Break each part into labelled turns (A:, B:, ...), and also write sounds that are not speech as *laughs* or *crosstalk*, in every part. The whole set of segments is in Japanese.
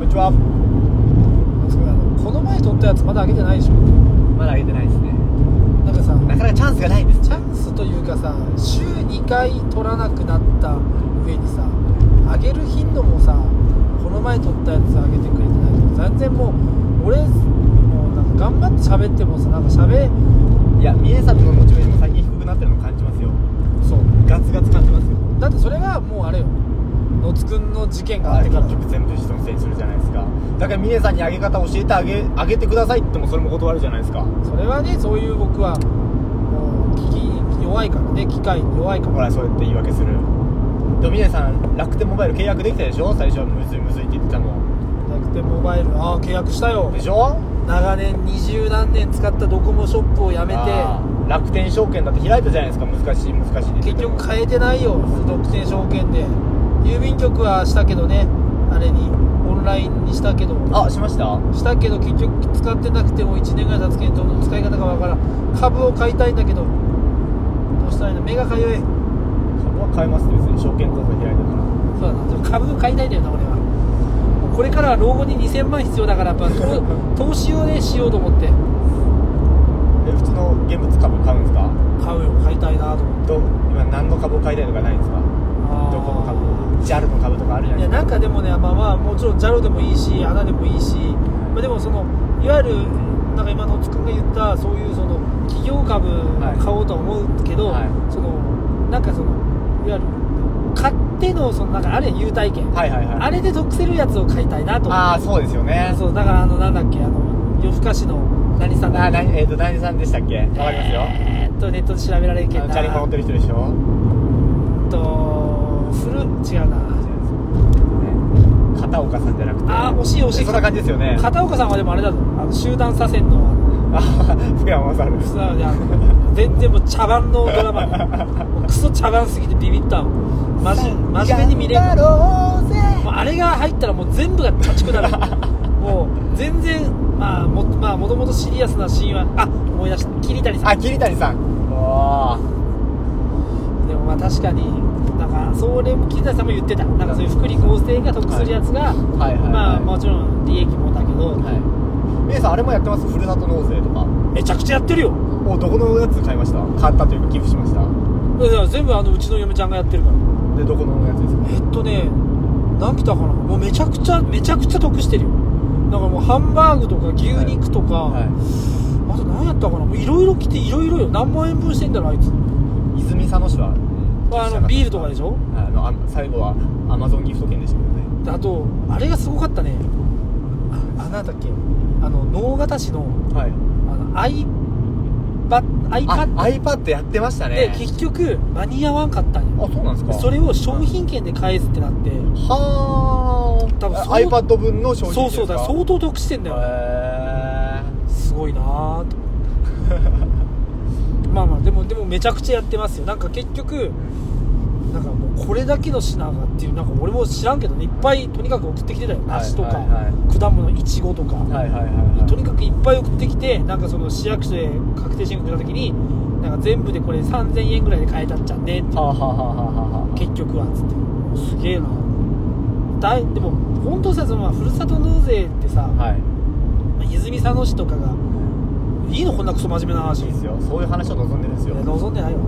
A: にちは
B: そうあのこの前撮ったやつまだ上げてないでしょ
A: まだ上げてないですね
B: なんかさ
A: なかなかチャンスがないんです
B: チャンスというかさ週2回撮らなくなった上にさ上げる頻度もさこの前撮ったやつ上げてくれてないけど全然もう俺もうなんか頑張って喋ってもさなんか喋
A: いや三重里のモチベーションが最近低くなってるのを感じますよ
B: そう
A: ガツガツ感じますよ
B: だってそれがもうあれよ野津くんの事件があ
A: あ
B: って
A: れ
B: から
A: 結局全部人のせいにするじゃないですかだから峰さんに上げ方教えてあげあげてくださいって言ってもそれも断るじゃないですか
B: それはねそういう僕はもう聞き弱いからね機械に弱いか
A: ほ
B: ら
A: らそうやって言い訳するでも峰さん楽天モバイル契約できたでしょ最初はむずいむずいって言ってたもん
B: 楽天モバイルああ契約したよ
A: でしょ
B: 長年二十何年使ったドコモショップをやめ
A: あ
B: て
A: ー楽天証券だって開いたじゃないですか難しい難しいって言って
B: 結
A: たもん
B: 局変えてないよ楽天証券で郵便局はしたけどねあれにオンラインにしたけど
A: あしました
B: したけど結局使ってなくても1年ぐらい経つけど使い方がわからん株を買いたいんだけどどうしたらいいの目がかゆ
A: 株
B: い
A: は買えますって別に証券口座開いたから
B: そうだなでも株を買いたいんだよな俺はもうこれからは老後に2000万必要だからやっぱ投投資をねしようと思って
A: え普通の現物株買うんですか
B: 買うよ買いたいなと思って
A: ど今何の株を買いたいとかないんですかどこの株 JAL の株とかあるじゃない
B: いや
A: です
B: なんかでもね、まあまあ、もちろん JAL でもいいし、ANA でもいいし、まあ、でもその、いわゆる、なんか今のつくんが言った、そういうその企業株
A: はい
B: 買おうとは思うけど、
A: はい
B: そのなんかその、いわゆる、買っての、そのなんかあれ、優待券、
A: かはいはいはい
B: あれで得せるやつを買いたいなと思
A: ああそうですよね
B: う、そうだから、あのなんだっけ、あの夜更かしの何さんだ
A: あ
B: っけ
A: なえっ、と何さんでしたっけわかりますよ、
B: えーっと、ネットで調べられるけ
A: あ
B: ど
A: の
B: な、
A: チャリンコ乗ってる人でしょ
B: えっと、古違うな。
A: ね片岡さんじゃなくて
B: あー惜しい惜しい
A: そんな感じですよね
B: 片岡さんはでもあれだぞあの集団左遷の
A: あ福山雅治
B: あのであの全然もう茶番のドラマもうクソ茶番すぎてビビったわマジ真面目に見れる
A: 頑張ろうぜ
B: もうあれが入ったらもう全部が立ちくなるもう全然まあも,、まあ、もともとシリアスなシーンはあ思い出した桐谷さ
A: あ
B: ん
A: 桐谷さんおー
B: でもまあ確かになんかそれも桐谷さんも言ってたなんかそういう福利厚生が得するやつが、
A: はいはいはい
B: まあもちろん利益もだけど、
A: はい皆さんあれもやってますふるさと納税とか
B: めちゃくちゃやってるよ
A: おどこのやつ買いました買ったというか寄付しました
B: いやいや全部あのうちの嫁ちゃんがやってるから
A: でどこのやつですか
B: えっとね何来たかなもうめちゃくちゃめちゃくちゃ得してるよだからもうハンバーグとか牛肉とか、
A: は
B: あと何やったかなもういろいろ来ていろいろよ何万円分してんだろあいつ
A: い泉佐野市は
B: あのビールとかでしょ
A: あのあ最後はアマゾンギフト券でしたけどね
B: であとあれがすごかったねああなんだっけあの直方市の
A: はい
B: あの i パ
A: あ
B: iPad
A: iPad やってました
B: で
A: ね
B: 結局間に合わんかったん
A: あ
B: よ
A: そうなんですか
B: それを商品券で返すってなって
A: はあ
B: 多分そう
A: iPad 分の商品
B: そ
A: で
B: う
A: す
B: そうだから相当得してんだよ
A: へ
B: すごいなぁと *laughs* 思ってまあまあでもでもめちゃくちゃやってますよなんか結局なんかもうこれだけの品がっていうなんか俺も知らんけどねいっぱいとにかく送ってきてたよ
A: はい
B: 梨とか、
A: はいは
B: 果物いちごとか、
A: ーはいはいはいはい
B: とにかくいっぱい送ってきてなんかその市役所で確定申告した時になんか全部でこれ3000円ぐらいで買えたっちゃねって
A: はあはあはあはあはあは
B: 結局はっつってすげえなだいでも本当さそのまあふるさと納税ってさ、
A: あはい
B: まあ泉佐野市とかがいいのこんなクソ真面目な話
A: いいですよそういう話を望んでるんですよ
B: いや望んでないよで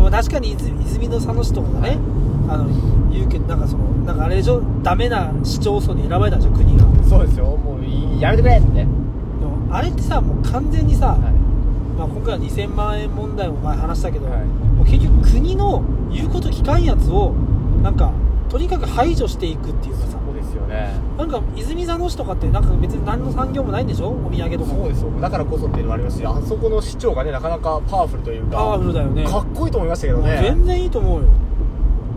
B: も確かに泉泉の佐野市とかがね、
A: はい
B: あの言うけどなんかそのなんかあれでしょダメな市町村に選ばれたじゃん国がで
A: そうですよもういいやめてくれってはい
B: もあれってさもう完全にさ、まあ、今回は2000万円問題も前話したけど、
A: はい
B: もう結局国の言うこと聞かんやつをなんかとにかく排除していくっていうかさ
A: そうですよね
B: なんか泉佐野市とかってなんか別に何の産業もないんでしょお土産とか
A: そうですよだからこそっていうのもありますしあそこの市長がねなかなかパワフルというか
B: パワフルだよね
A: かっこいいと思いましたけど
B: もう
A: ね
B: 全然いいと思うよ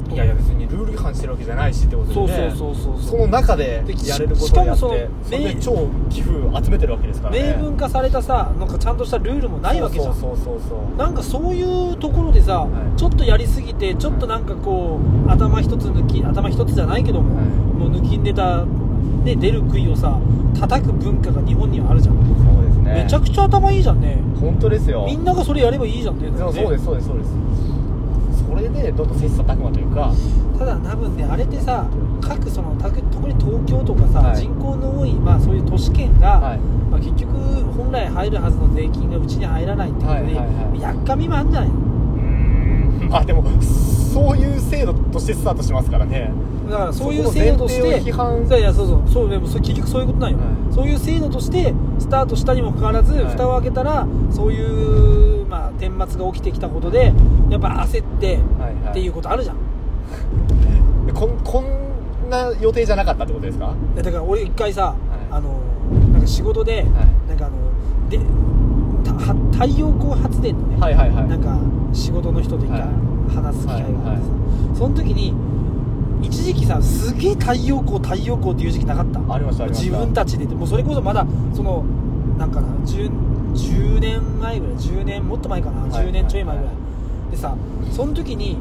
A: いやいや別にルール違反してるわけじゃないしってことで、
B: そう
A: ね、
B: そうそうそうそ
A: そ
B: う
A: の中で
B: でし
A: やれることをやって
B: し
A: そ
B: かもその
A: れで
B: 名
A: 超寄付集めてるわけですからね
B: 明文化されたさなんかちゃんとしたルールもないわけじゃん
A: そうそうそうそう
B: なんかそういうところでさ、
A: はい
B: ちょっとやりすぎてちょっとなんかこう頭一つ抜き頭一つじゃないけども、
A: はい
B: もう抜きんでた、ね、出る杭をさ叩く文化が日本にはあるじゃん、
A: そうですね
B: めちゃくちゃ頭いいじゃんね
A: 本当ですよ
B: みんながそれやればいいじゃんね
A: そうそうですすそうですそうですそそれでどんどん切磋琢磨という
B: *laughs*
A: か
B: ただ多分ねあれってさ各そのた特に東京とかさ、
A: はい
B: 人口の多い、まあ、そういう都市圏が、
A: はい
B: まあ、結局本来入るはずの税金がうちに入らないってこと
A: は
B: で、
A: いはいはい
B: やっかみもあるんじゃないの
A: うーんまあでもそういう制度としてスタートしてますからね
B: だからそういう
A: そこの
B: 制度とし
A: 前
B: て
A: 提を批判
B: いやいやそうそうそうでもそれ結局そういうことなんよ、
A: はい
B: そういう制度としてスタートしたにもかかわらず、
A: はい
B: 蓋を開けたらそういう、まあ、顛末が起きてきたことでやっぱ焦って、
A: はいはい
B: っていうことあるじゃん
A: でこんこんな予定じゃなかったってことですかはい
B: やだから俺一回さ、
A: い
B: あのなんか仕事で、
A: い
B: なんかあのでたは太陽光発電のね、
A: いはいはい
B: なんか仕事の人と一回
A: は
B: 話す機会があってさ、その時に一時期さすげえ太陽光太陽光っていう時期なかった
A: ありましたありました
B: 自分たちでもうそれこそまだそのなんかな 10, 10年前ぐらい10年もっと前かな、
A: はい
B: 10年ちょい前ぐらい、
A: は
B: でさその時に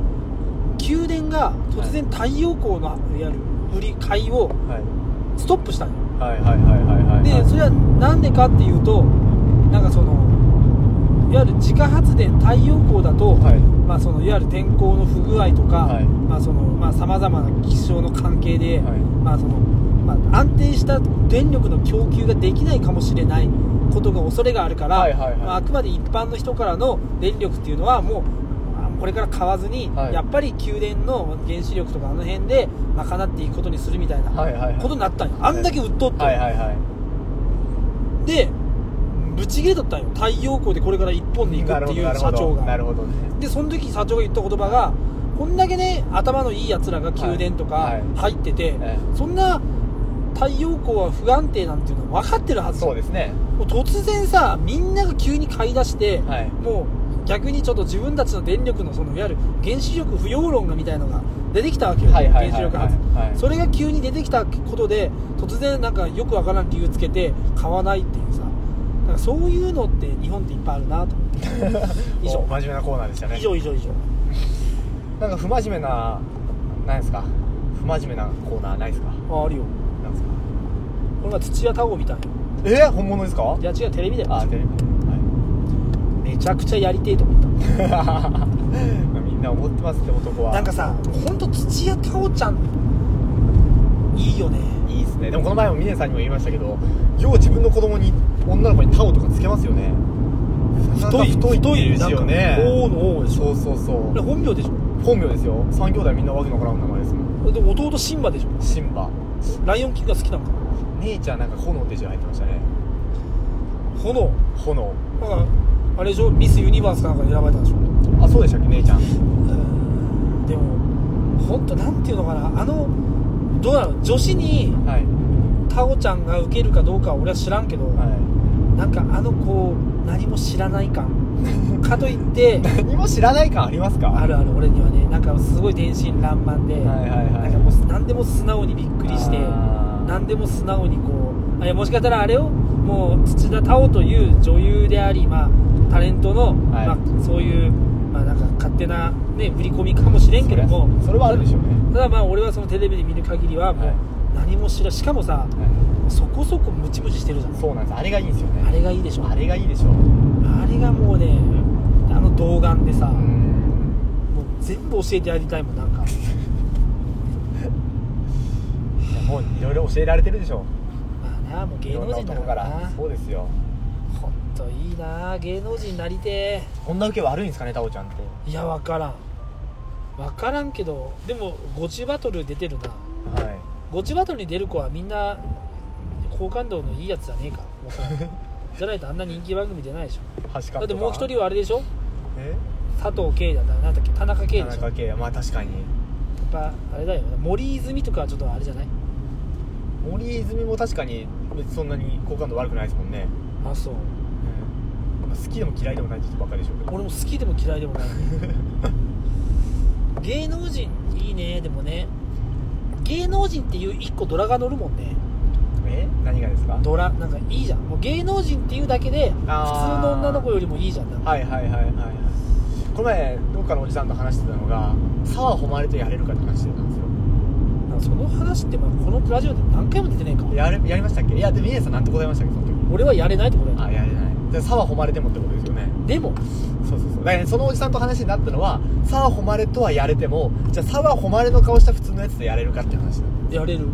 B: 宮殿が突然太陽光のいわゆる売り買いを
A: はい
B: ストップしたのよ
A: はいはいはいはいはい
B: でそれはなんでかっていうとなんかそのいわゆる自家発電太陽光だと、
A: はい
B: まあ、そのいわゆる天候の不具合とか、
A: はい
B: まあそのまあさまざまな気象の関係で、
A: はい
B: まあそのまあ、安定した電力の供給ができないかもしれないことが恐れがあるから、
A: はいはいはい
B: まあ、あくまで一般の人からの電力っていうのはもうまあこれから買わずに、
A: はい
B: やっぱり宮殿の原子力とかあの辺で賄っていくことにするみたいな
A: はいはいはい
B: ことになったんよ、あんだけ売っとって、
A: はいはいはい
B: でブチ切れとったんよ太陽光でこれから一本で行くっていう社長が
A: なるほどなるほどね
B: でその時社長が言った言葉がこんだけね頭のいいやつらが宮殿と
A: は
B: か
A: い
B: 入ってて、
A: え
B: そんな太陽光は不安定なんていうのは分かってるはず
A: そうですね
B: もう突然さみんなが急に買い出して、
A: はい
B: もう逆にちょっと自分たちの電力のそのいわゆる原子力不要論がみたいのが出てきたわけよ、
A: はいはいはい
B: 原子力発、
A: はいはい
B: それが急に出てきたことで突然なんかよくわからん理由つけて買わないっていうさなんかそういうのって日本っていっぱいあるなと思って
A: *laughs*
B: 以上
A: お真面目なコーナーでしたね
B: 以上以上以上
A: なんか不真面目ななんですか不真面目なコーナーないですか
B: ああるよ
A: なんですか
B: これは土屋太鳳みたい
A: えー、本物ですか
B: いや違うテレビだ
A: あ
B: よ
A: テレビ
B: めちゃくちゃやりてえと思った
A: はい *laughs* みんな思ってますって男は
B: なんかさほんと土屋太鳳ちゃんいいよね
A: いいですねでもこの前も峰さんにも言いましたけどよう自分の子供に女の子にタオとかつけますよね
B: 太い
A: 太いっていう
B: な
A: 字
B: んか
A: よね
B: 王の王でしょ
A: そうそうそ
B: これ
A: う
B: 本名でしょ
A: 本名ですよ三兄弟みんなわけのわからん名前ですもん
B: でも弟シンバでしょ
A: シンバ
B: ライオンキングが好きなのかな
A: 姉ちゃんなんか炎って字が入ってましたね
B: 炎
A: 炎
B: だからあれでしょミスユニバースかなんかに選ばれたんでしょ
A: あそうでしたっけ姉ちゃん
B: でも本当なんていうのかなあのどうなの女子に
A: はい
B: タオちゃんが受けるかどうかは俺は知らんけど、
A: は
B: なんかあのこう何も知らない感かといって
A: い何も知らない感ありますか
B: あるある俺にはねなんかすごい天真爛漫で、
A: はいはいはい
B: なんかもう何でも素直にびっくりして
A: あー
B: 何でも素直にこうあいやもしかしたらあれをもう土田太鳳という女優であり、まあ、タレントの、
A: はい
B: まあ、そういう、まあ、なんか勝手な、ね、振り込みかもしれんけども
A: それそれはあるでしょうね
B: ただまあ俺はそのテレビで見る限りはも
A: は
B: う
A: い
B: 何も知らしかもさそこそこムチムチしてるじゃん
A: そうなんですあれがいいんですよね
B: あれがいいでしょ
A: あれがいいでしょう
B: あれがもうねあの童顔でさ、
A: ん
B: もう全部教えてやりたいもんなんか
A: もういろいろ教えられてるでしょ
B: まあなもう
A: うい
B: 芸
A: ろん
B: 能
A: な
B: 人だ
A: 男
B: か
A: からら
B: な
A: そうですよ
B: ほんといいな芸能人になりて
A: 女受け悪いんですかねタオちゃんって
B: えいや分からん分からんけどでもゴチバトル出てるな
A: はい
B: ゴチバトルに出る子はみんな好感度のいいやつじゃねえかおそらくじゃないとあんな人気番組出 *laughs* ないでしょ
A: 端か
B: だってもう一人はあれでしょ
A: え
B: 佐藤圭だったなんだっけ田中圭
A: 田
B: でしょや
A: 中
B: っ
A: 圭まあ確かに
B: ぱあれだよ森泉とかはちょっとあれじゃない
A: 森泉も確かに別にそんなに好感度悪くないですもんね、
B: あそう
A: まあ好きでも嫌いでもないって人ばっかりでしょうけど
B: 俺も好きでも嫌いでもない *laughs* 芸能人いいねでもね芸能人っていう一個ドラが乗るもんね
A: え何がですか
B: ドラなんかいいじゃんもう芸能人っていうだけで普通
A: あー
B: の女の子よりもいいじゃんなんか
A: はいはいはいはいはいこの前どっかのおじさんと話してたのが沢誉れとやれるかって話してたんですよ
B: なんかその話ってまあこのラジオで何回も出てねえか
A: やれやりましたっけいやでも峰さんなんて答えましたっけその時
B: 俺はやれないってことだよ
A: あやれないで差は誉れでもってことですよね
B: でも
A: そうそうそうだから、ね、そのおじさんと話になったのは差は誉れとはやれてもじゃあ差は誉れの顔した普通のやつでやれるかって話だ
B: やれる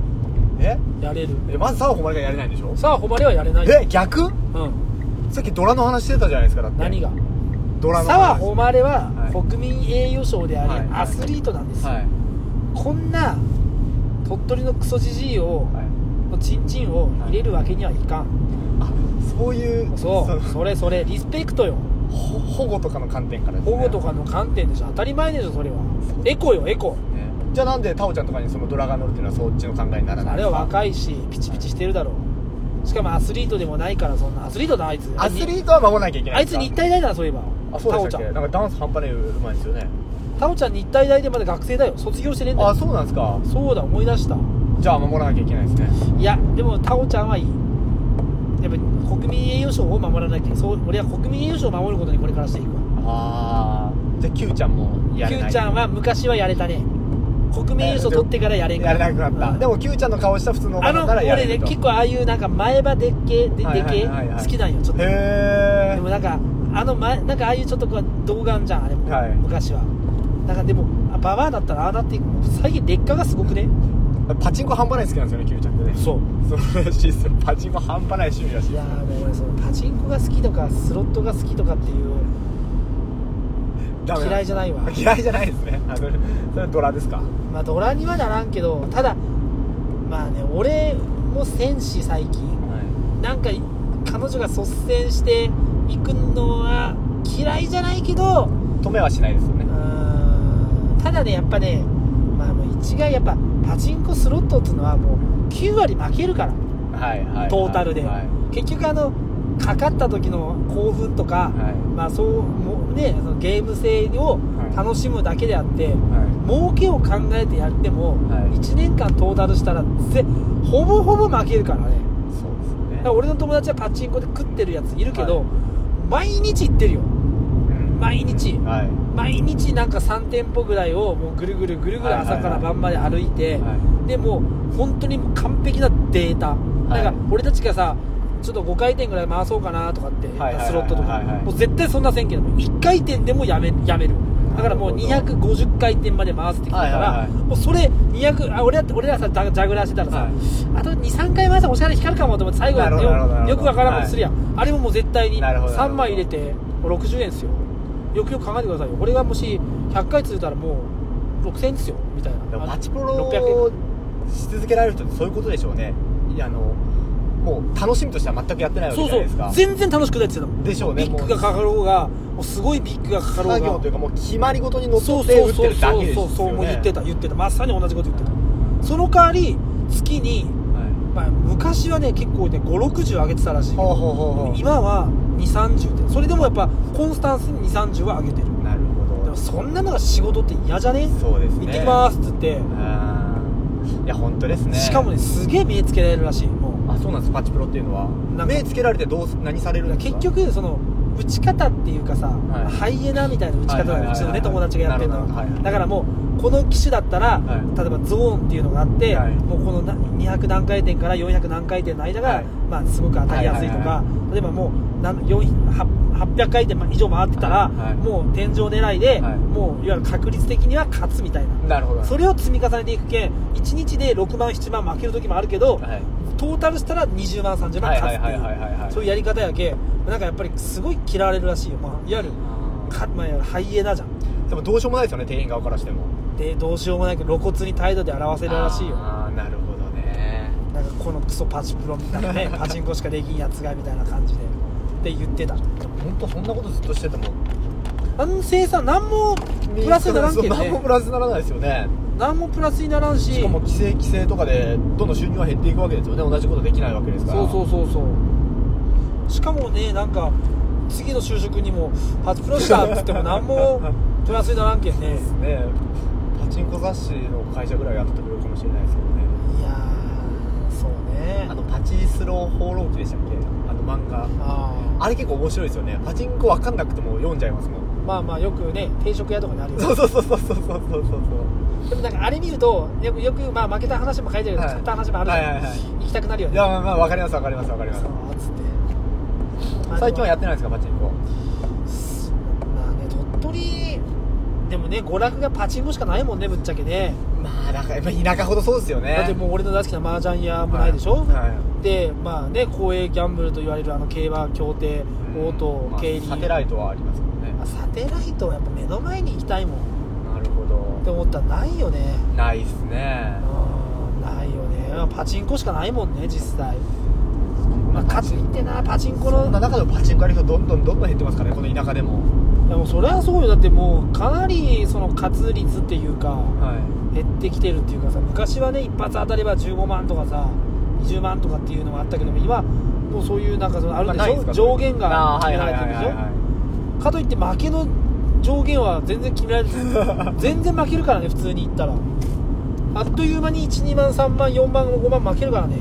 A: え
B: やれる
A: えまず差は誉れがやれないんでしょ
B: さあ誉れはやれない
A: え逆
B: うん
A: さっきドラの話してたじゃないですかだって
B: 何が
A: ドラの話
B: さあ誉れは
A: はい
B: 国民栄誉賞であ
A: はい
B: りアスリートなんですよ、
A: はい
B: こんな鳥取のクソじじいを、
A: はい
B: のチンチンを入れるわけにはいかん、
A: あそういう
B: そ
A: の
B: うそれそれリスペクトよ
A: ほ保護とかの観点からです、ね、
B: 保護とかの観点でしょ当たり前でしょそれは
A: そう
B: エコよエコ
A: ねじゃあなんでタオちゃんとかにそのドラが乗るっていうのはそっちの考えにならない
B: あれは若
A: い
B: いしピチピチしてるだろうしかもアスリートでもないからそんなアスリートだあいつ
A: アスリートは守らなきゃいけない
B: あいつ日体大だなそういえば
A: あそう
B: タ
A: で
B: オ
A: した
B: ちゃ
A: っけ
B: ん
A: なんかダンス半端ないうまいですよね
B: タオちゃん日体大でまだ学生だよ卒業してねえんだ
A: あ
B: よ
A: そうなんですか
B: そうだ思い出した
A: じゃあ守らなきゃいけないですね
B: いやでもタオちゃんはいいやっぱ国民栄誉賞を守らなきゃそう俺は国民栄誉賞を守ることにこれからしていくわ
A: ああじゃあ Q ちゃんもやれない
B: Q ちゃんは昔はやれたね国民栄誉賞取ってからやれんか
A: やれなくなった、
B: うん
A: でも Q ちゃんの顔した普通のおば
B: あ
A: さ
B: の
A: んならや
B: 俺
A: れ
B: ね
A: ると
B: 結構ああいうなんか前歯でっけでで
A: はいはい
B: け
A: はいはい
B: 好きなんよちょっとで
A: へえ
B: もなんかあの前なんかああいうちょっとこう動眼じゃんあれも、
A: はい
B: 昔はなんかでもあババアだったらああなっていくもう最近劣化がすごくね
A: パチンコ半端ない好きなんですよね Q ちゃんってね
B: そう
A: そうらしいっすよパチンコ半端ない趣味らしい
B: いやーもう俺そのパチンコが好きとかスロットが好きとかっていう
A: ダメだ
B: 嫌いじゃないわ
A: 嫌いじゃないですねあそれそれドラですか
B: まあドラにはならんけどただまあね俺も戦士最近
A: は
B: なんか彼女が率先して行くのは嫌いじゃないけど
A: い止めはしないですよね
B: うーんただねやっぱねまあもう一概やっぱパチンコスロットっていうのはもう9割負けるから
A: はいはいはい
B: トータルで、
A: はい
B: 結局あのかかった時の興奮とか、
A: はい
B: まあそうもうねそのゲーム性を楽しむだけであって、
A: は
B: 儲けを考えてやっても、
A: はい
B: 1年間トータルしたらぜほぼほぼ負けるから
A: い
B: ね
A: そうですね
B: だから俺の友達はパチンコで食ってるやついるけど、
A: はい
B: 毎日行ってるよ
A: うん
B: 毎日
A: はい
B: 毎日なんか3店舗ぐらいをもうぐるぐるぐるぐる
A: はいはいはい
B: 朝から晩まで歩いて、
A: は
B: でもう本当にもう完璧なデータ、
A: い
B: なんか俺たちがさちょっと5回転ぐらい回そうかなとかって、
A: はいはいはい
B: スロットとか、
A: はいはい
B: もう絶対そんなせんけども1回転でもやめやめるだからもう
A: なる
B: 250回転まで回すってきたから、
A: はいはいはい
B: もうそれ200あ俺だって俺らさジャジャグラーしてたらさ、
A: はい
B: あと23回回したらおしゃれ光るかもと思って最後
A: なるほどなるほどなるほ
B: よ
A: ど
B: よくわからんことするやん、あれももう絶対に
A: なるほどなるほ
B: 3
A: ど
B: 枚入れて60円ですよよくよく考えてくださいよ俺がもし100回続いたらもう6000円ですよみたいな
A: でも
B: あの
A: パチプ
B: 600
A: ロ
B: 円
A: をし続けられる人ってそういうことでしょうねいやあのもう楽しみとしては全くやってないわ
B: そ
A: け
B: う
A: じゃ
B: そ
A: な
B: う
A: いですか
B: 全然楽しくないって言ってたもん
A: でしょうね
B: ビッ
A: も
B: グ
A: う
B: がかかろうがもうすごいビッグがかかろうが
A: 作業というかもう決まり事にのっと
B: そう
A: って
B: そう
A: 打っ
B: そ
A: て
B: う
A: るだ
B: そ
A: け
B: う
A: です
B: そ
A: よ
B: う
A: ね
B: そうもう言ってた言ってたまさに同じこと言ってたその代わり月に、
A: は
B: まあ、昔はね結構ね560上げてたらしい
A: いほうほうほうほう
B: 今は230ってそれでもやっぱコンスタンスに230は上げてる
A: なるほ
B: で
A: ど
B: もそんなのが仕事って嫌じゃね
A: そうです
B: 行
A: ね
B: ってきますっつって、
A: あーいや本当ですね
B: しかもねすげえ目つけられるらしいも
A: あそうなんですパチプロっていうのは
B: なんか
A: 目つけられてどうす何されるん
B: う
A: です
B: 結
A: か
B: 局その打ち方っていうかさ、
A: はい
B: ハイエナみたいな打ち方
A: はいはいはいは
B: が
A: いう
B: ちのね友達がやってる
A: な
B: の
A: るほどはいはい
B: だからもうこの機種だったら、
A: はい
B: 例えばゾーンっていうのがあって、
A: はい
B: もうこのな200何回転から400何回転の間が、
A: はい
B: まあ、すごく当たりやすいと
A: は
B: か、
A: いは
B: 例えばもうな4 800回転以上回ってたら、
A: はいはい
B: もう天井狙いで、
A: はい
B: もういわゆる確率的には勝つみたいな
A: なるほど
B: それを積み重ねていくけん1日で6万7万負ける時もあるけど、
A: はい
B: トータルしたら20万30万勝つって
A: はいはいはいはいはい
B: い
A: は
B: う
A: い
B: そういうやり方やけなんかやっぱりすごい嫌われるらしいよ、まあ、いわゆるか、まあ、いわゆるハイエナじゃん
A: *laughs* でもどうしようもないですよね店員側からしても
B: でどうしようもないけど露骨に態度で表せるらしいよ
A: あーなるほどね
B: なんかこのクソパチプロみた
A: *laughs*
B: いなねパチンコしかできんやつがみたいな感じでって言ってた
A: 本当そんなことずっとしてても
B: 安静さん何もプラスにならんけ
A: そ
B: ど
A: う何も
B: ね
A: プラスにならないですよね
B: 何もプラスにならんし
A: しかも規制規制とかでどんどん収入は減っていくわけですよね同じことできないわけですから
B: そうそううそうそうしかもねなんか次の就職にも初プロしたっつっても何もプラスにならんけんね
A: ですねパチンコ雑誌の会社ぐらいやってくれるかもしれないですけどね
B: いやーそうね
A: あのパチスロー放浪記でしたっけあの漫画
B: あ
A: あれ結構面白いですよねパチンコわかんなくても読んじゃいますもん
B: ーまあまあよくね定食屋とかにあるよ
A: そうそうそうそうそうそうそうそう
B: でもなんかあれ見るとよくよく、まあ、負けた話も書いてあるけど、
A: はい
B: 勝った話もあるじゃん、
A: はいはいはい
B: 行きたくなるよ
A: い
B: ね
A: やまあまあわかりますわかりますわかります
B: そうっつってまあ
A: 最近はやってないですかパチンコ
B: まあね鳥取でもね娯楽がパチンコしかないもんねぶっちゃけね
A: まあなんかやっぱ田舎ほどそうですよね
B: だってもう俺の大好きな麻雀屋もないでしょ、
A: はいはい
B: でまあね公営ギャンブルと言われるあの競馬競艇オート
A: まあ
B: 競輪、
A: サテライトはありますけどね
B: あサテライトはやっぱ目の前に行きたいもん
A: なるほ
B: って
A: ど
B: 思ったらないよね
A: ないっすね
B: うんないよねまあパチンコしかないもんね実際まあ、か
A: パ
B: つ
A: チ
B: い
A: ン
B: ってなパチンコ
A: コ
B: の
A: の中でもパチンコやる人どんどんどんどん減ってますからねこの田舎でも
B: でもそれはそうよだってもうかなりその活率っていうか
A: は
B: 減ってきてるっていうかさ昔はね一発当たれば15万とかさ20万とかっていうのがあったけども今もうそういうなんかそのあるんでしょ、上限が
A: は
B: 決
A: い
B: めら
A: はい
B: れ
A: は
B: て
A: い
B: るんで
A: は
B: し
A: い
B: ょ、かといって負けの上限は全然決められて *laughs* ない全然負けるからね普通に言ったらあっという間に12万3万4万5万負けるからね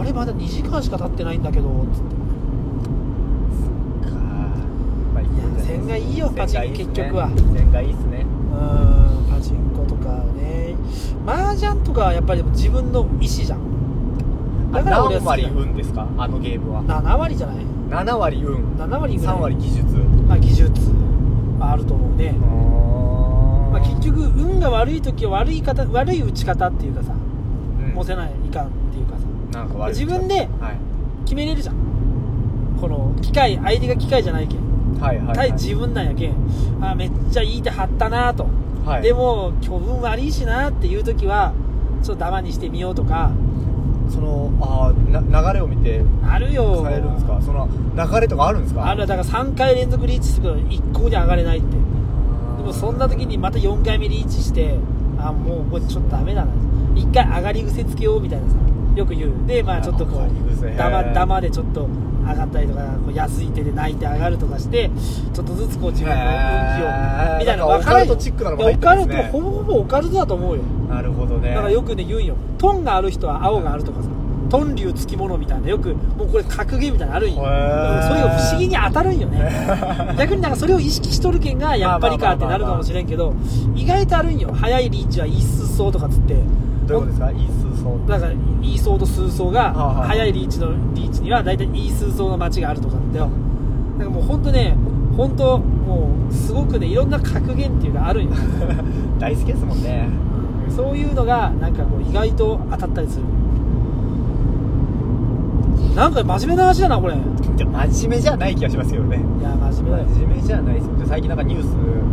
B: あれまだ2時間しか経ってないんだけどつって
A: まあいいんじゃないですか
B: 線がいいよパチンコ
A: 線がいいっすね
B: 結局は
A: 線がいいっすね
B: うーんパチンコとかね麻雀とかはやっぱりでも自分の意思じゃんだから俺
A: 何
B: は好
A: 割
B: きだ
A: 運ですかあのゲームは
B: 7割じゃない
A: 7割運
B: 7割ぐら
A: 3
B: い
A: 割技術
B: まあ、技術はあると思うね、まあ、結局運が悪い時は悪い方悪い打ち方っていうかさ
A: も
B: 持せないいかんっていうかさ
A: なんか悪い
B: 自分で
A: はい
B: 決めれるじゃんこの機械相手が機械じゃないけん
A: はいはいは
B: 対
A: い
B: 自分なんやけんあーめっちゃいい手張ったなと、
A: はい
B: でも今日運悪いしなっていう時はちょっとダマにしてみようとか
A: そのあーな流れを見て
B: あるよ
A: 変えるんですかその流れとかあるんですか
B: あるだから3回連続リーチするけど1個に上がれないってでもそんな時にまた4回目リーチしてあもうこれちょっとダメだな1回上がり癖つけようみたいなさよく言うでまあちょっとこ
A: 上がり
B: う
A: 癖
B: ダマダマでちょっと上がったりとかこう安い手で泣いて上がるとかしてちょっとずつこう自分の運気を
A: へー
B: みた
A: な
B: いな
A: んか
B: 分か
A: オカ
B: らんよ
A: ルトチックなのも入っ
B: オ
A: てま
B: カル
A: すね
B: トほぼほぼオカルトだと思うよ
A: なるほどね
B: だからよくね言うんよトンがある人は青があるとかさトン流つきものみたいなよくもうこれ格言みたいなのあるん
A: へ
B: よでも
A: ー
B: それが不思議に当たるんよね *laughs* 逆になんかそれを意識しとるけんがやっぱりかってなるかもしれんけど意外とあるんよ早いリーチは一数層とかつって
A: どういうことですかいい数層
B: だからイーソーと数層が
A: あはい
B: 早いリーチのリーチには大体イー数層の街があるとかなんだよだからもう本当ね本当もうすごくねいろんな格言っていうのがあるんよ
A: 大好きですもんね
B: そういうのがなんかこう意外と当たったりするなんか真面目な話だなこれい
A: じゃ真面目じゃない気がしますけどね
B: や真面目だよ
A: 真面目じゃないですもんじゃあ最近なんかニュース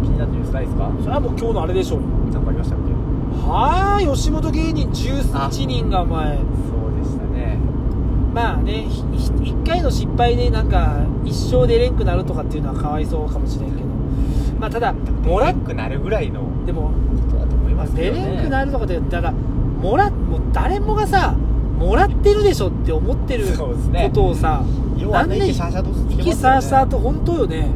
A: 気になったニュースないですか
B: それはもう今日のあれでしょうよ
A: なんかありましたっけ
B: はあ吉本芸人11人がお前
A: そうでしたね
B: まあねひひ1回の失敗でなんか一生出れんくなるとかっていうのはかわいそうかもしれんけどまあただも
A: 出
B: ら
A: れんくなるぐらいのこ
B: でも
A: とだと思いますけ
B: 出
A: どね
B: れんくなるとかで言ったらもらもう誰もがさもらってるでしょって思ってる
A: そう
B: こ
A: ですね
B: とをさ、
A: 要
B: な
A: は
B: ん
A: ね
B: で
A: 息シャーシャーとつけますよね
B: 息さーさーと本当よね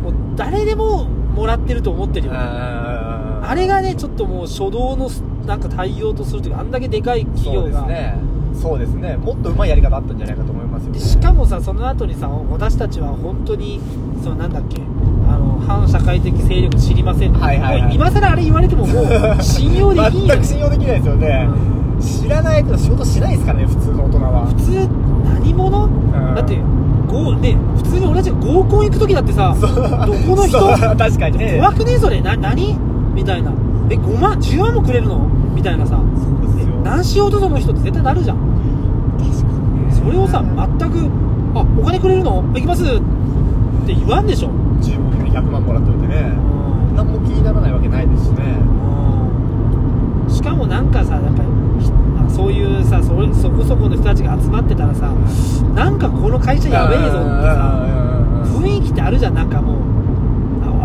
B: もう誰でももらってると思ってるよね
A: あ
B: あれがねちょっともう初動のなんか対応とするというかあんだけでかい企業
A: そ
B: が
A: うですねそうですねもっとうまいやり方あったんじゃないかと思いますよ、ね、
B: でしかもさその後にさ私たちは本当にそのなんだっけあの反社会的勢力知りませんって、
A: はいはいはい
B: もう今更あれ言われても
A: *laughs*
B: もう信用できんよ
A: 全く信用できないですよね、知らないと仕事しないですからね普通の大人は
B: 普通何者だってごね普通に俺たちが合コン行く時だってさどこの
A: *laughs*
B: 人
A: そう確かにね
B: 怖くねえそれな何みたいなえ5万10万もくれるのみたいなさ
A: そうですよ
B: 何しようとその人って絶対なるじゃんそれをさ全く「あお金くれるの行きます」って言わんでしょ
A: 10万100万もらっといてね何も気にならないわけないですしね
B: うんしかもなんかさやっぱりひなんかそういうさそれそこそこの人たちが集まってたらさなんかこの会社やべえぞってさ
A: うん
B: 雰囲気ってあるじゃんなんかもう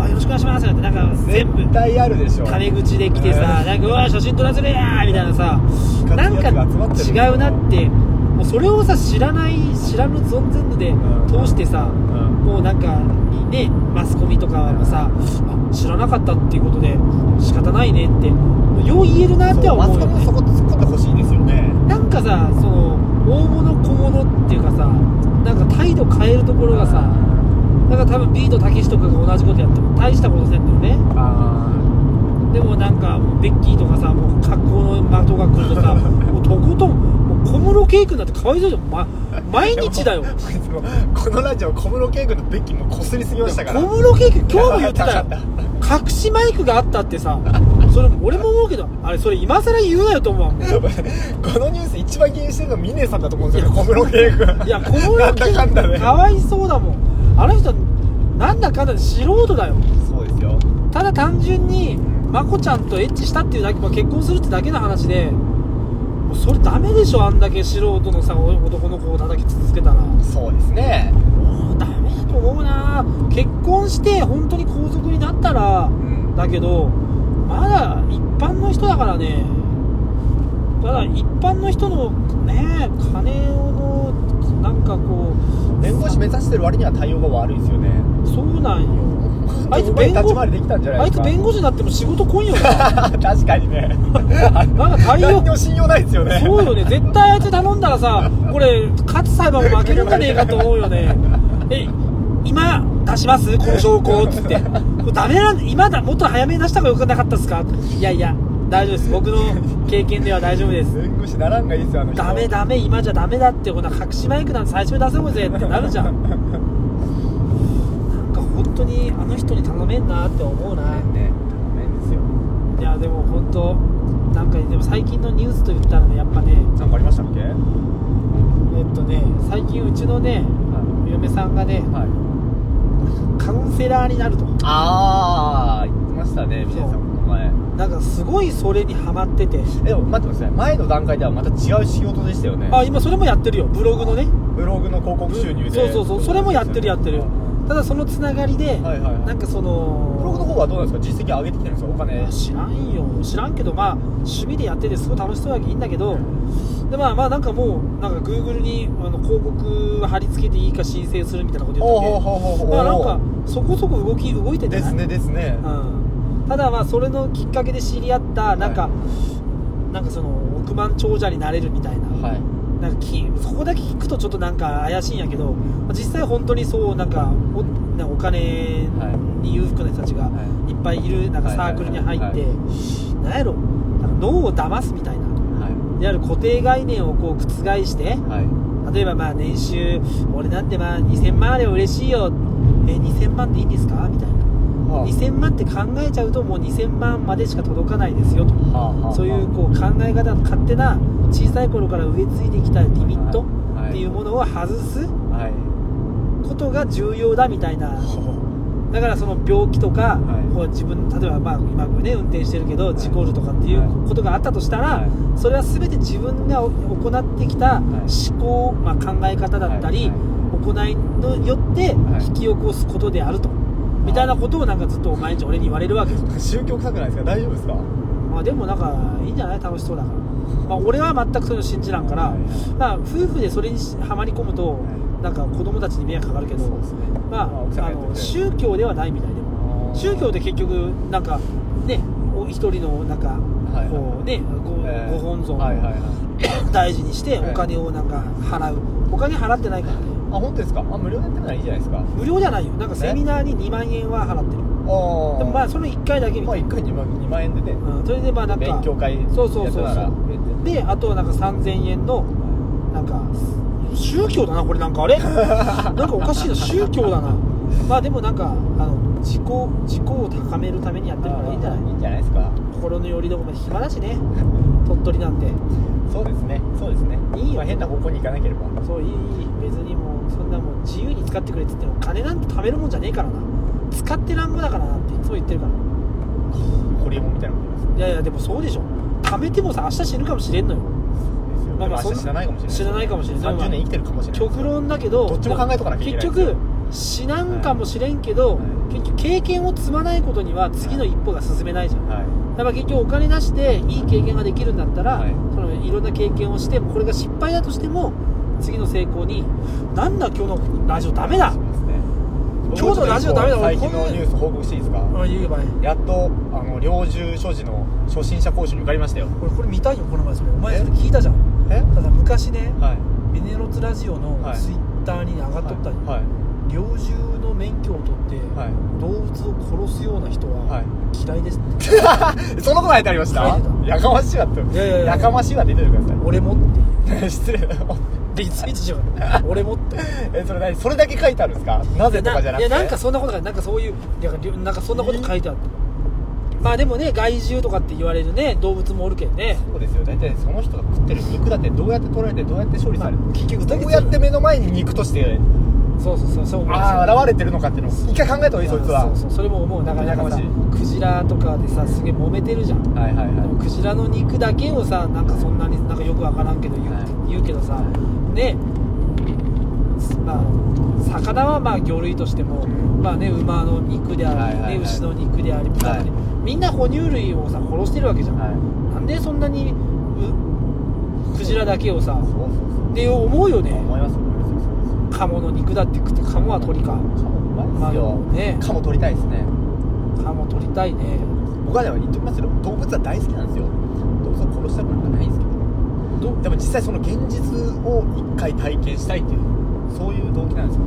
B: 「あよろしくお願いします」なんてなんか全部
A: 絶対あるでしょ
B: タメ口で来て
A: う
B: さ
A: ん
B: なんか「うわ写真撮らせねえや!」みたいなさ
A: 活
B: なん
A: 躍
B: か
A: が集まってる
B: 違うなってもうそれをさ知らない知らぬ存ぜぬで
A: うん
B: 通してさ
A: うん
B: もうなんかねマスコミとかもさあ知らなかったっていうことで仕方ないねってよう言えるなっては
A: マ
B: 思
A: ス
B: う
A: コ
B: よ
A: ミも
B: ね
A: そこ突っ込んでほしいですよね
B: なんかさその大物小物っていうかさなんか態度変えるところがさだから多分ビートたけしとかが同じことやっても大したことせんだよね
A: あ
B: でもなんかもうベッキーとかさもう格好の的が来るとさもうとことんも小室圭君なんてかわいそうじゃん、ま、毎日だよ
A: *laughs* このラジオ小室圭君のベッキーもこすりすぎましたから
B: 小室圭君今日も言ってたよ
A: 高か
B: 隠しマイクがあったってさそれ俺も思うけどあれそれ今更言うなよと思うわもう
A: *laughs* このニュース一番気にしてるのミネさんだと思うんですよね小室圭君
B: いや小室
A: なんだかんだ
B: 君
A: ね
B: かわいそうだもんあの人なんだかんだで素人だよ
A: そうですよ
B: ただ単純にまこちゃんとエッチしたっていうだけ、まあ、結婚するってだけの話でもうそれダメでしょあんだけ素人のさ男の子を叩き続けたらも
A: そうですね
B: うダメだと思うな結婚して本当に皇族になったら
A: うん
B: だけどまだ一般の人だからねただ一般の人のね金をのなんかこ
A: 弁護士目指してる割には対応が悪いですよね
B: うそうなんよあいつ
A: うま
B: 弁護
A: 立ち回りできたんじゃな
B: あ
A: い
B: い
A: ですか
B: つ弁護士になっても仕事来んよな
A: *laughs* 確かにね
B: なんか対
A: 何
B: 応
A: にも信用ないですよね
B: そうよね、絶対あいつ頼んだらさ、これ、勝つ裁判も負けるんじゃねえかと思うよね、え今出します、この証拠っつって、もうダメなん今だ、もっと早めに出した方がよくなかったですかいやいや、大丈夫です、僕の経験では大丈夫です、
A: 弁護士ならんがいいですよあの人
B: ダメダメ、今じゃダメだって、こんな隠しマイクなんて最初に出せもうぜってなるじ
A: *laughs*
B: ゃん、なんか本当にあの人に頼めんなって思うな。
A: ねダメですよ
B: いやでも本当なんかでも最近のニュースといったらねやっぱね
A: なんかありましたっけはい
B: えっとね最近うちのねお嫁さんがねカウンセラーになると
A: ああ言ってましたね
B: そ
A: ミ
B: う
A: ネさんこの前
B: なんかすごいそれにハマってて
A: えでも待ってください前の段階ではまた違う仕事でしたよね
B: あ今それもやってるよブログのね
A: ブログの広告収入で
B: そうそうそうそれもやってるやってるただそのつながりで、
A: はいはいはい
B: なんかその
A: ブログの方はどうなんですか実績上げてきてるんですかお
B: いや
A: 金
B: 知らんよ知らんけどまあ趣味でやっててすごい楽しそうだけどいいんだけどでまあまあなんかもうなんか Google にあの広告貼り付けていいか申請するみたいなこと言って
A: ほうほう
B: て
A: ほうほう
B: まあなんかそこそこ動き動いてんじゃ
A: で
B: ない
A: すねですね
B: うんただまあそれのきっかけで知り合ったなんか、
A: は
B: なんかその億万長者になれるみたいな
A: はい
B: なんかきそこだけ聞くとちょっとなんか怪しいんやけど、まあ実際本当にそうなんかおなんかお金に裕福な人たちが
A: はい
B: っぱいいるなんか
A: はい
B: サ
A: はいはい
B: ークルに入っ
A: はい
B: てなんやろなんか脳を騙すみたいな。
A: はい
B: である固定概念をこう覆して
A: はい
B: 例えばまあ年収俺なんてまあ2000万あれば嬉しいよえ2000万でいいんですかみたいな
A: は
B: 2000万って考えちゃうともう2000万までしか届かないですよと
A: あはあはあ
B: そういうこう考え方の勝手な小さい頃から植え付いてきたリミット
A: はい
B: っていうものを外す
A: はい *laughs*
B: ことが重要だみたいなだからその病気とか、
A: はい
B: こう自分例えばまあ今これね運転してるけど
A: い
B: 事故るとかっていう
A: は
B: ことがあったとしたら、
A: はい
B: それは全て自分が行ってきた
A: は
B: 思
A: い
B: 考、まあ、考え方だったり、行いのよって
A: はい
B: 引き起こすことであると、みたいなことをなんかずっと毎日俺に言われるわけです
A: 宗教臭くないですか大丈夫ですか
B: まあでもなんかいいんじゃない楽しそうだから、まあ、俺は全くそういうの信じらんから、
A: はいはい
B: まあ、夫婦でそれにはまり込むと、
A: は
B: なんか子供たちに迷惑かかるけど、
A: ね
B: まあ、あ
A: まあ奥さんがやってくれ
B: の
A: る
B: 宗教ではないみたいでも宗教って結局なんかねお一人のなんか
A: はい
B: こうねご,、
A: えー
B: ご本尊を
A: はいはいはい
B: 大事にして
A: はい
B: お金をなんか払う、お金払ってないからね
A: あ本当ですかあ無料でやってるならいいじゃないですかああ
B: 無料じゃないよなんかセミナーに2万円は払ってるでもまあその1回だけみ
A: ま
B: た
A: あ
B: い
A: 1回2万2万円でね
B: な、うん、それでまあなんか
A: 勉強会
B: そうそうそうそう
A: やったなら
B: であとなんか3000円のなんか宗教だなこれなんかあ *laughs* れなんかおかしいな宗教だなまあでもなんかあの自己自己を高めるためにやってるからいいんじゃない
A: いいんじゃないですか
B: 心のよりどころも暇だしね鳥取なんて
A: そうですねそうですね
B: いいよ
A: まあ変な方向に行かなければ
B: そういいいい別にもうそんなもう自由に使ってくれって言っても金なんて貯めるもんじゃねえからな使ってなんぼだからなっていつも言ってるから
A: ホリエモンみたいなことです
B: いやいやでもそうでしょ貯めてもさ明日死ぬかもしれんのよ
A: ですよ
B: まあまあ
A: でも明日
B: そん
A: 知らないかもしれない
B: 知らないかもしれない
A: 30年生きてるかもしれない
B: 極論だけど
A: どっちも考えとかなきゃいけない
B: 結局死なんかもしれんけど、
A: はい
B: 結局経験を積まないことには次の一歩が進めないじゃん、
A: はい
B: だから結局お金出していい経験ができるんだったら、
A: はい
B: い、そのいろんな経験をしてこれが失敗だとしても次の成功になんだ今日のラジオダメだ
A: そうですね
B: 今日のラジオダメだ俺
A: 最近のニュース報告していいですか
B: 言えばいい
A: やっとあの猟銃所持の初心者講習に受かりましたよ
B: これこれ見たいよこの前それお前それ聞いたじゃん
A: え
B: ただ昔ね
A: はい
B: ミネロツラジオの
A: はい
B: ツイッターに上がっとったんよ、
A: はい
B: 猟銃の免許を取って、
A: はい
B: 動物を殺すような人
A: は
B: はい嫌いですって、
A: そのこと書いてありました
B: 書いて
A: やかましいわって
B: いやいやいや
A: やかましいわって言っててく
B: 俺もってい
A: だ
B: う
A: さい *laughs* 失礼だよ
B: でいついちじゃ
A: *laughs*
B: ん俺もって
A: えそれ何それだけ書いてあるんですかなぜとかじゃなくて
B: いやなんかそんなことがなんかそういういやなんかそんなこと書いてあったまあでもね害獣とかって言われるね動物もおるけんね
A: そうですよ大体その人が食ってる肉だってどうやって取られてどうやって処理される、
B: まあ結局
A: どうやって目の前に肉として
B: そうそうそうそう思う
A: ああ現れてるのかっていうのを一回考えた方がいいそいつは
B: そうそうそれも思うだからなんかさ
A: やか
B: クジラとかでさすげえ揉めてるじゃん
A: はいはいはい
B: クジラの肉だけをさなんかそんなになんかよくわからんけど言う,、
A: はい
B: 言うけどさねまあ魚はまあ魚類としても、
A: うん
B: まあね馬の肉であり、
A: はいはいはい
B: ね、牛の肉であり豚の肉、
A: は
B: みんな哺乳類をさ殺してるわけじゃん、
A: はい
B: なんでそんなにうクジラだけをさ
A: そうそうそう
B: って思うよね
A: 思います思いますそうそうそう
B: 鴨の肉だって食って鴨は鳥か
A: カモうまいで
B: まあ
A: す
B: でも
A: よ、
B: ね
A: カモ取りたいですね
B: 鴨取りたいね
A: 僕はね言っておきますけど動物は大好きなんですよ動物を殺したくなんかないんですけどどでも実際その現実を一回体験したいっていうそういう動機なんですよ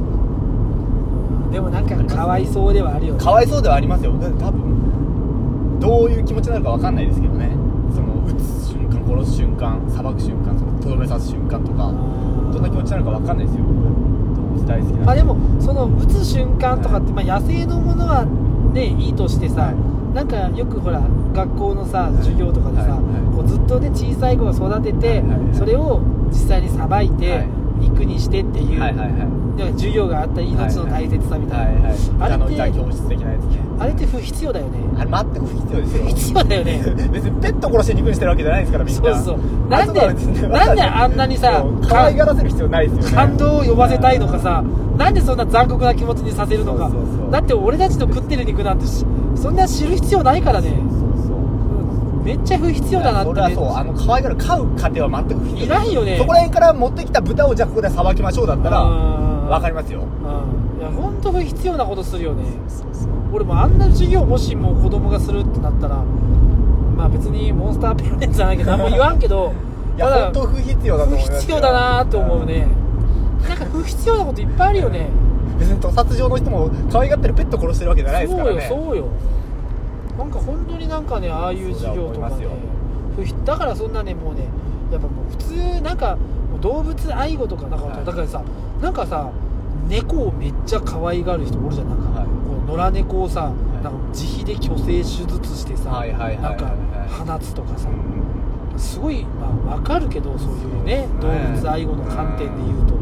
B: でもなんかかわいそうではあるよね
A: かわいそうではありますよだ多分どういう気持ちになるかわかんないですけどねその撃つ瞬間殺す瞬間さばく瞬間そのとどめ刺す瞬間とかどんな気持ちになるかわかんないですよ動物大好き
B: ま
A: な
B: あ
A: んで
B: でもその打つ瞬間とかって、まあ、野生のものはねいいとしてさ、なんかよくほら学校のさ
A: い
B: 授業とかでさ、
A: はいはい
B: こうずっとね小さい子を育てて、
A: はいはいはい
B: それを実際にさばいて、
A: はい
B: 肉にしてっていう、
A: はいはいはい
B: だから授業があったり命の大切さみたいな、
A: はいはい
B: あれ
A: 歌
B: って
A: の歌教室的なやつね
B: あれって不必要だよね
A: あれ待って不必要ですよ
B: *laughs* 必要だよね
A: 別にペット殺して肉にしてるわけじゃないですからみん
B: そう
A: な
B: そうな
A: あそ
B: んで
A: こは別に
B: なんであんなにさ
A: そう可愛がらせる必要ないですよね
B: 感動を呼ばせたいのかさなんでそんな残酷な気持ちにさせるのか
A: そうそうそう
B: だって俺たちの食ってる肉なんてしそんな知る必要ないからね
A: そうそう
B: めっちゃ不必要だなって
A: それはそうあの可愛がる飼う過程は全く不必要
B: いないよね
A: そこら辺から持ってきた豚をじゃあここでさばきましょうだったらわかり
B: ま
A: ますよ
B: いや本当不必要なことするよね
A: そうそう
B: 俺もあんな授業もしも子供がするってなったらまあ別にモンスターペアレンツじゃないけど何も言わんけど
A: いや本当不必要だと
B: 不
A: 思いますよ
B: 必要だなって思うねなんか不必要なこといっぱいあるよね
A: うん別に屠殺場の人も可愛がってるペット殺してるわけじゃないですからね
B: そうよそうよなんか本当になんかねああいう授業とか
A: そうだと思いま
B: ね
A: すよ
B: 不必だからそんなねもうねやっぱもう普通なんかもう動物愛護とかなんか、
A: はい
B: だからさなんかさ猫をめっちゃ可愛がる人おるじゃんなんか、
A: はい
B: こう野良猫をさ、なんか自費で去勢手術してさ、
A: はいはいはいはいはい
B: なんか放つとかさ、
A: うん
B: すごい、まあ、わかるけどそういうね
A: そう
B: 動
A: ですね
B: 物愛護の観点で言うと、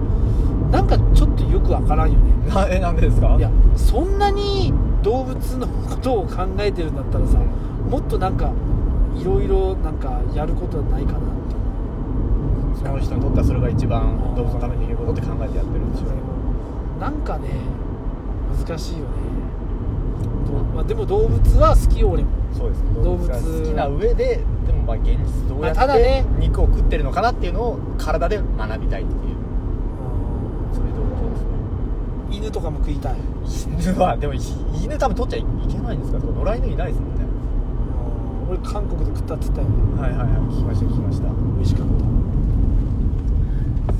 B: なんかちょっとよくわからんよね
A: なえなんでですか
B: いやそんなに動物のことを考えてるんだったらさもっとなんかいろいろなんかやることはないかなって
A: その人にとってはそれが一番動物のためにできることって考えてやってるんでしょうね
B: なんかね難しいよね、どうまあ、でも動物は好きよ俺も
A: そうです
B: 動
A: 動物
B: 物
A: が好きな上ででもまあ現実どうや
B: まあた
A: っ
B: だね
A: て肉を食ってるのかなっていうのを体で学びたいっていうそういう動物
B: 犬とかも食いたい
A: ですね犬はでもい犬多分取っちゃいけないんですかとか野良犬いないですもんね
B: 俺韓国で食ったって言ったよね
A: はいはいはい聞きました聞きました
B: 美味しかっ
A: そ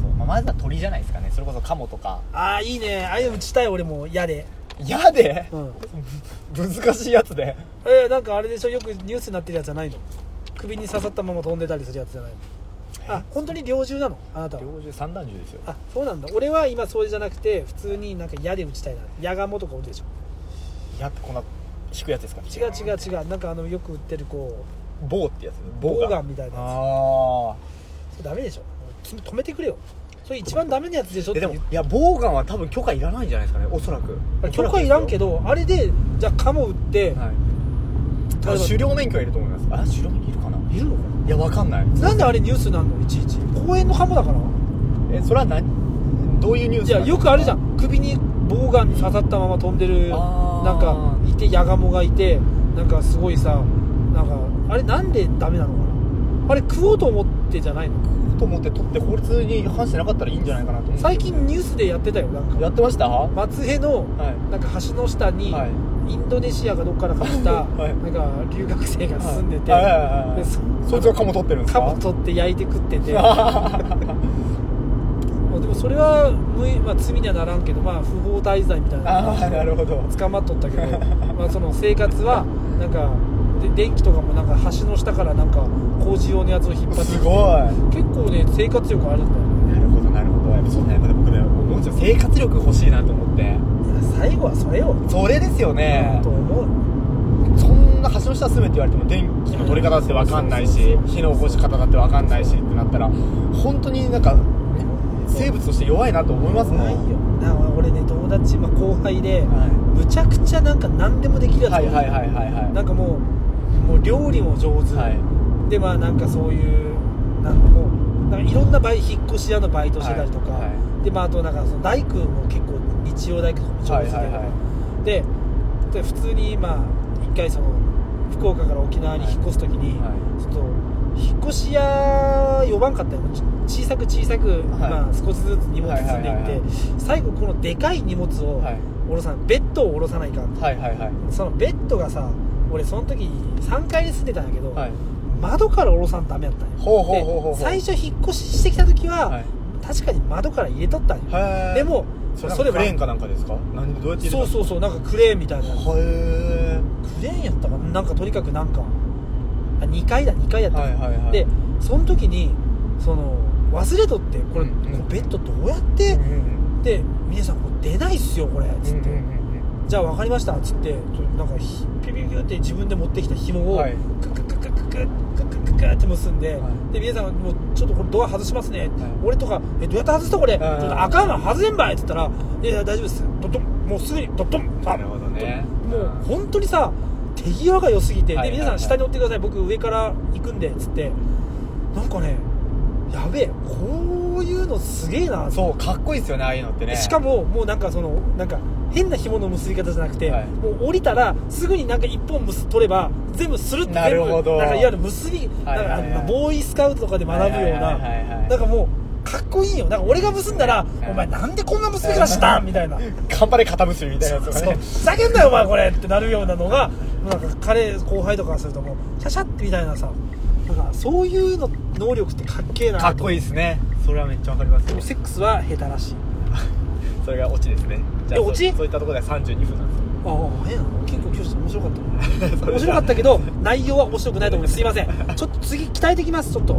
A: う、まあ、まずは鳥じゃないですかねそれこそカモとか
B: たああいいねああいうの打ちたい俺も嫌で
A: 嫌 *laughs* で
B: うん
A: 難しいやつで
B: えー、なんかあれでしょよくニュースになってるやつじゃないの首に刺さったまま飛んでたりするやつじゃないのあ本当に猟銃なのあなたは
A: 猟銃三段銃ですよ
B: あそうなんだ俺は今それじゃなくて普通になんか矢で撃ちたいな矢ガモとか撃るでしょ
A: やってこんな引くやつですか
B: 違う違う違うなんかあのよく売ってるこう
A: 棒ってやつ
B: ボウガンみたいなやつ
A: ああ
B: それダメでしょつ止めてくれよそれ一番ダメなやつでしょって
A: で
B: 言う
A: もいやボウガンは多分許可いらないんじゃないですかねおそらく
B: 許可いらんけ
A: ど、
B: どあれでじゃあカモ撃って、、
A: はい、多分狩猟免許はいると思いますあ狩猟免許いるかない
B: るのか
A: いやわかんない
B: ななんであれニュースなんのいちいち公園のカモだから
A: えそれは何どういうニュース
B: じゃあよくあるじゃ
A: ん
B: ん首に棒が刺さったまま飛んでる
A: あー
B: なんかいてヤガモがいてなんかすごいさなんかあれなんでダメなのかなあれ食おうと思ってじゃないの
A: と思って取って法律に違反してなかったらいいんじゃないかなと思って
B: 最近ニュースでやってたよなんか
A: やってましたは
B: 松江の
A: いはい
B: なんか橋の下に
A: はい
B: インドネシアかどっからか来た
A: *laughs* はい
B: なんか留学生が住んでて
A: はいはいはいはい
B: でそ
A: そいつがカモ取ってるんです
B: カ
A: か
B: モ取って焼いて食っててもうでもそそれは無い、まあ、罪にはならんけど、まあ、不法滞在みたいな
A: ああなるほど
B: 捕まっとったけど
A: *laughs*
B: まあその生活はなんかで電気とかもなんか橋の下からなんか工事用のやつを引っ張ってきて
A: すご
B: 結構ね生活力あるんだよね
A: なるほどなるほどやっぱそんなやっぱ僕ねもうちょっと生活力欲しいなと思って
B: 最後はそれよ
A: それですよね
B: と思う
A: そんな橋の下住めって言われても電気の取り方だって分かんないし火の起こし方だって分かんないしってなったら本当になんか生物として弱いなと思いますもん
B: ないよな俺ね友達、まあ、後輩で、
A: はい
B: むちゃくちゃなんか何でもできるやつが
A: はいい
B: る
A: はいはいはいはい
B: なんかもうもう料理も上手、
A: はい
B: でまあなんかそういうなんかもうなんかいろんなバイ引っ越し屋のバイトしてたりとか、
A: はいは
B: でまああとなんかその大工も結構日曜大工とかも上手で、
A: はいはいは
B: でで普通にまあ一回その福岡から沖縄に引っ越す時に、
A: はい
B: ちょっと引っ越し屋呼ばんかったよち小さく小さく、まあ、少しずつ荷物積んでいっ
A: はいは
B: て、
A: いはいはい
B: 最後このでかい荷物を
A: はい
B: 下ろさんベッドを下ろさないかん
A: はいはいはい
B: そのベッドがさ俺その時3階に住んでたんやけど、
A: はい
B: 窓から下ろさんとダメやったんよ
A: ほうほうほうほうほう
B: で最初引っ越ししてきた時は、
A: はい
B: 確かに窓から入れとったんよ、
A: へー
B: でも
A: それ
B: それ
A: クレーンかなんかですか何どうやって入
B: そ
A: れ
B: う
A: た
B: そうそうなんかクレーンみたいなやつ
A: うへ
B: クレーンやったかななんかとにかくなんかあ2階だ2階や
A: え
B: った、
A: はいはいはい
B: でその時にその忘れとってこれ、
A: うんうん
B: こうベッドどうやって
A: うん、うん
B: で峰さんこれ出ないっすよこれ
A: うん
B: つって、
A: うんうん
B: じゃあ分かりましたっつってそれなんかひピュピュピュって自分で持ってきた紐を
A: はい
B: ククククククククククって結んで、
A: はい
B: で皆さんもうちょっとこれドア外しますね、俺とか「えどうやって外すとこれ、
A: はい
B: ちょっとあかんの外せんばい」っつったら「いやいや大丈夫ですドドンもうすぐにドドン
A: なるほどね
B: もう本当にさ手際が良すぎて、
A: はい
B: で皆さん下に乗ってください僕上から行くんでっつってなんかねやべえこういうのすげえなっつって
A: そうかっこいいですよねああいうのってね
B: しかももうなんかそのなんか変な紐の結び方じゃなくて、
A: はい
B: もう降りたらすぐになんか一本結取れば全部するって
A: な
B: 全
A: る
B: 部
A: ほど
B: なんかいわゆる結び、
A: はいはいはい
B: なんかあのボーイスカウトとかで学ぶよう
A: はいはいはいは
B: ないなんかもうかっこいいよなんか俺が結んだら、
A: はい
B: お前なんでこんな結び方したんみたいな。
A: 頑張れ肩結びみたいなやつが
B: そう
A: ね
B: ふざけんなよお前これってなるようなのがなんか彼後輩とかがするともうシャシャってみたいなさなんかそういうの能力ってかっけえな
A: かっこいいですねそれはめっちゃわかります
B: でもセックスは下手らしい
A: それがオチですね
B: えオチ
A: そそういったところでは32分なんですよ
B: ああ変なの結構教室面白かったな
A: それ
B: *laughs* 面白かったけど内容は面白くないと思いますすいませんちょっと次鍛えてきますちょっと